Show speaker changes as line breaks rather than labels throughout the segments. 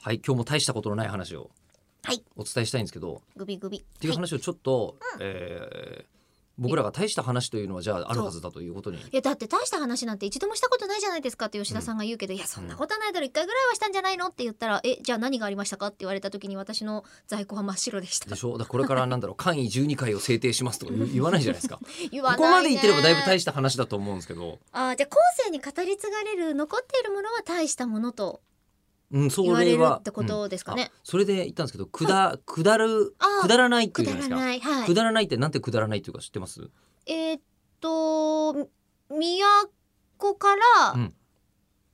はい今日も大したことのない話を
はい
お伝えしたいんですけど、
グビグビ
っていう
はい、
話をちょっと、えー僕らが大した話というのはじゃああるはずだということに
いやだって大した話なんて一度もしたことないじゃないですかって吉田さんが言うけど、いやそんなことはないだろ一回ぐらいはしたんじゃないのって言ったらえじゃあ何がありましたかって言われた時に私の在庫は真っ白でした
でしょだからこれからなんだ ろう簡易12回を制定しますとか言う言わないじゃないですか
言
こ
わないね
こまで言ってればだいぶ大した話だと思うんですけど、
あーじゃあ後世に語り継がれる残っているものは大したものと
うん、それ
言
は
われるってことですか
う
ね
んあそれで言ったんですけどくだくだる
あー
くだらないってい
く
うじ
だ
ゃない
ら
ですか
ないはい
くだらないってなんてくだらないっていうか知ってます
えーっとみ都から、
うん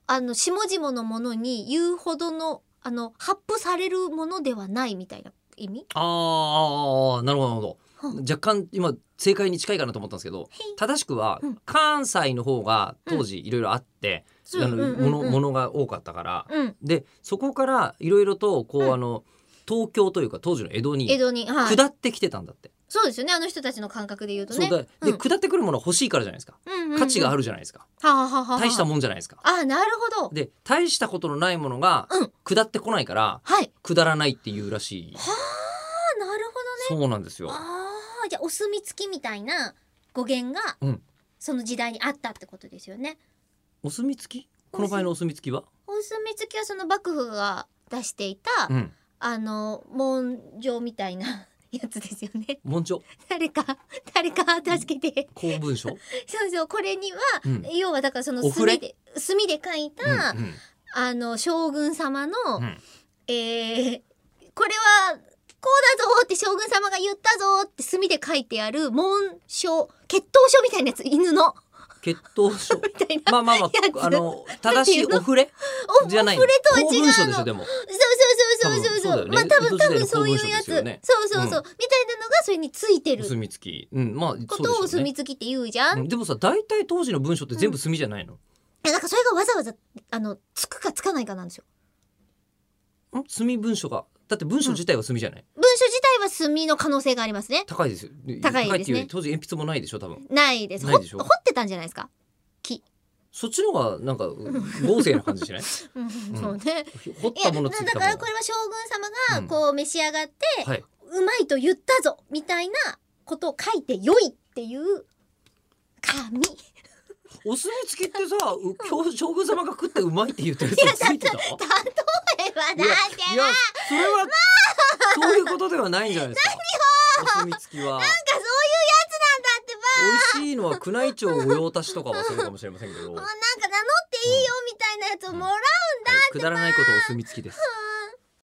あの下々のものに言うほどのあの発布されるものではないみたいな意味
あーあーなるほどなるほ
は
ど若干今正解に近いかなと思ったんですけど
へい
正しくは
うん
関西の方が当時いろいろあって、
うん
あの
うんうん
もの
うん
ものが多かったから、
うん
でそこからいろいろとこう、
うん
あの東京というか当時の江戸
江
に
戸に、はい、
下ってきてたんだって、
そうですよねあの人たちの感覚で言うとね
そうだで、
うん
下ってくるものは欲しいからじゃないですか価値があ
る
るじゃないですか、
はあはあはあはあ
大したもんじゃないですか、
あーなるほど
で大したことのないものが
うん
下ってこないから
はい
下らないっていうらしい、
はあなるほど
そうなんですよ
ああじゃあお墨付きみたいな語源が、
うん
その時代にあったってことですよね。
お墨付きこの場合のお墨付きは、
お墨付きはその幕府が出していた、
うん、
あの文状みたいな やつですよね。
文書
誰か誰か助けて。
公文書、
そうそうこれには、
うん
要はだからその
お触れ
墨で墨で書い
うん
た、
うん
あの将軍様の、
うん
えーこれはこうだぞーって将軍様が言ったぞーって墨で書いてある文書血統書みたいなやつ犬の。
血統 書
みたいな。
まあまあま
やつ
ああの正しいお触れ
お
じゃない
お触れとは違うの
公文書でしょでも
そうそうそうそう
多分そ
そう。
うだよね
まあ多
江戸
分
時
多
代の
分そういう
公文
や
書です
つ。
よね
そうそうそう、みたいなのがそれについて
お
る
墨付きうんまあそうでしょ
ことをお
うね
墨付きって言うじゃん。
うんでもさ大体当時の文章って全部墨じゃないの、
えなんかそれがわざわざあのつくかつかないかなんですよ。
ん墨文書がだって文章自体は墨じゃない、
文書自体は墨の可能性がありますね。
高いですよ
高いですね
っていうより当時鉛筆もないでしょ多分
ないです。
ない
ほ
でしょ
掘ってたんじゃないですか。
そっちの方がなんか豪勢な感じ しない
うん、 そうね。
掘っ
い
た
や
ものついてた
だか
もの
らこれは将軍様
うん
がこう召し上がって、
はい、
うまいと言ったぞみたいなことを書いて良いっていう紙。
お墨付きってさう今日将軍様が食ってうまいって言ってるやつついてた
例 えばなん
い
て
やい
ば
やそれは、そういうことではないんじゃないですかお墨付きは
なんかそういうやつなんだってば
美味しいのは宮内庁御用達とかはそうかもしれませんけど、
もう
は
なんか名乗っていいよみたいなやつをもらう
い、くだらないことをお墨付きです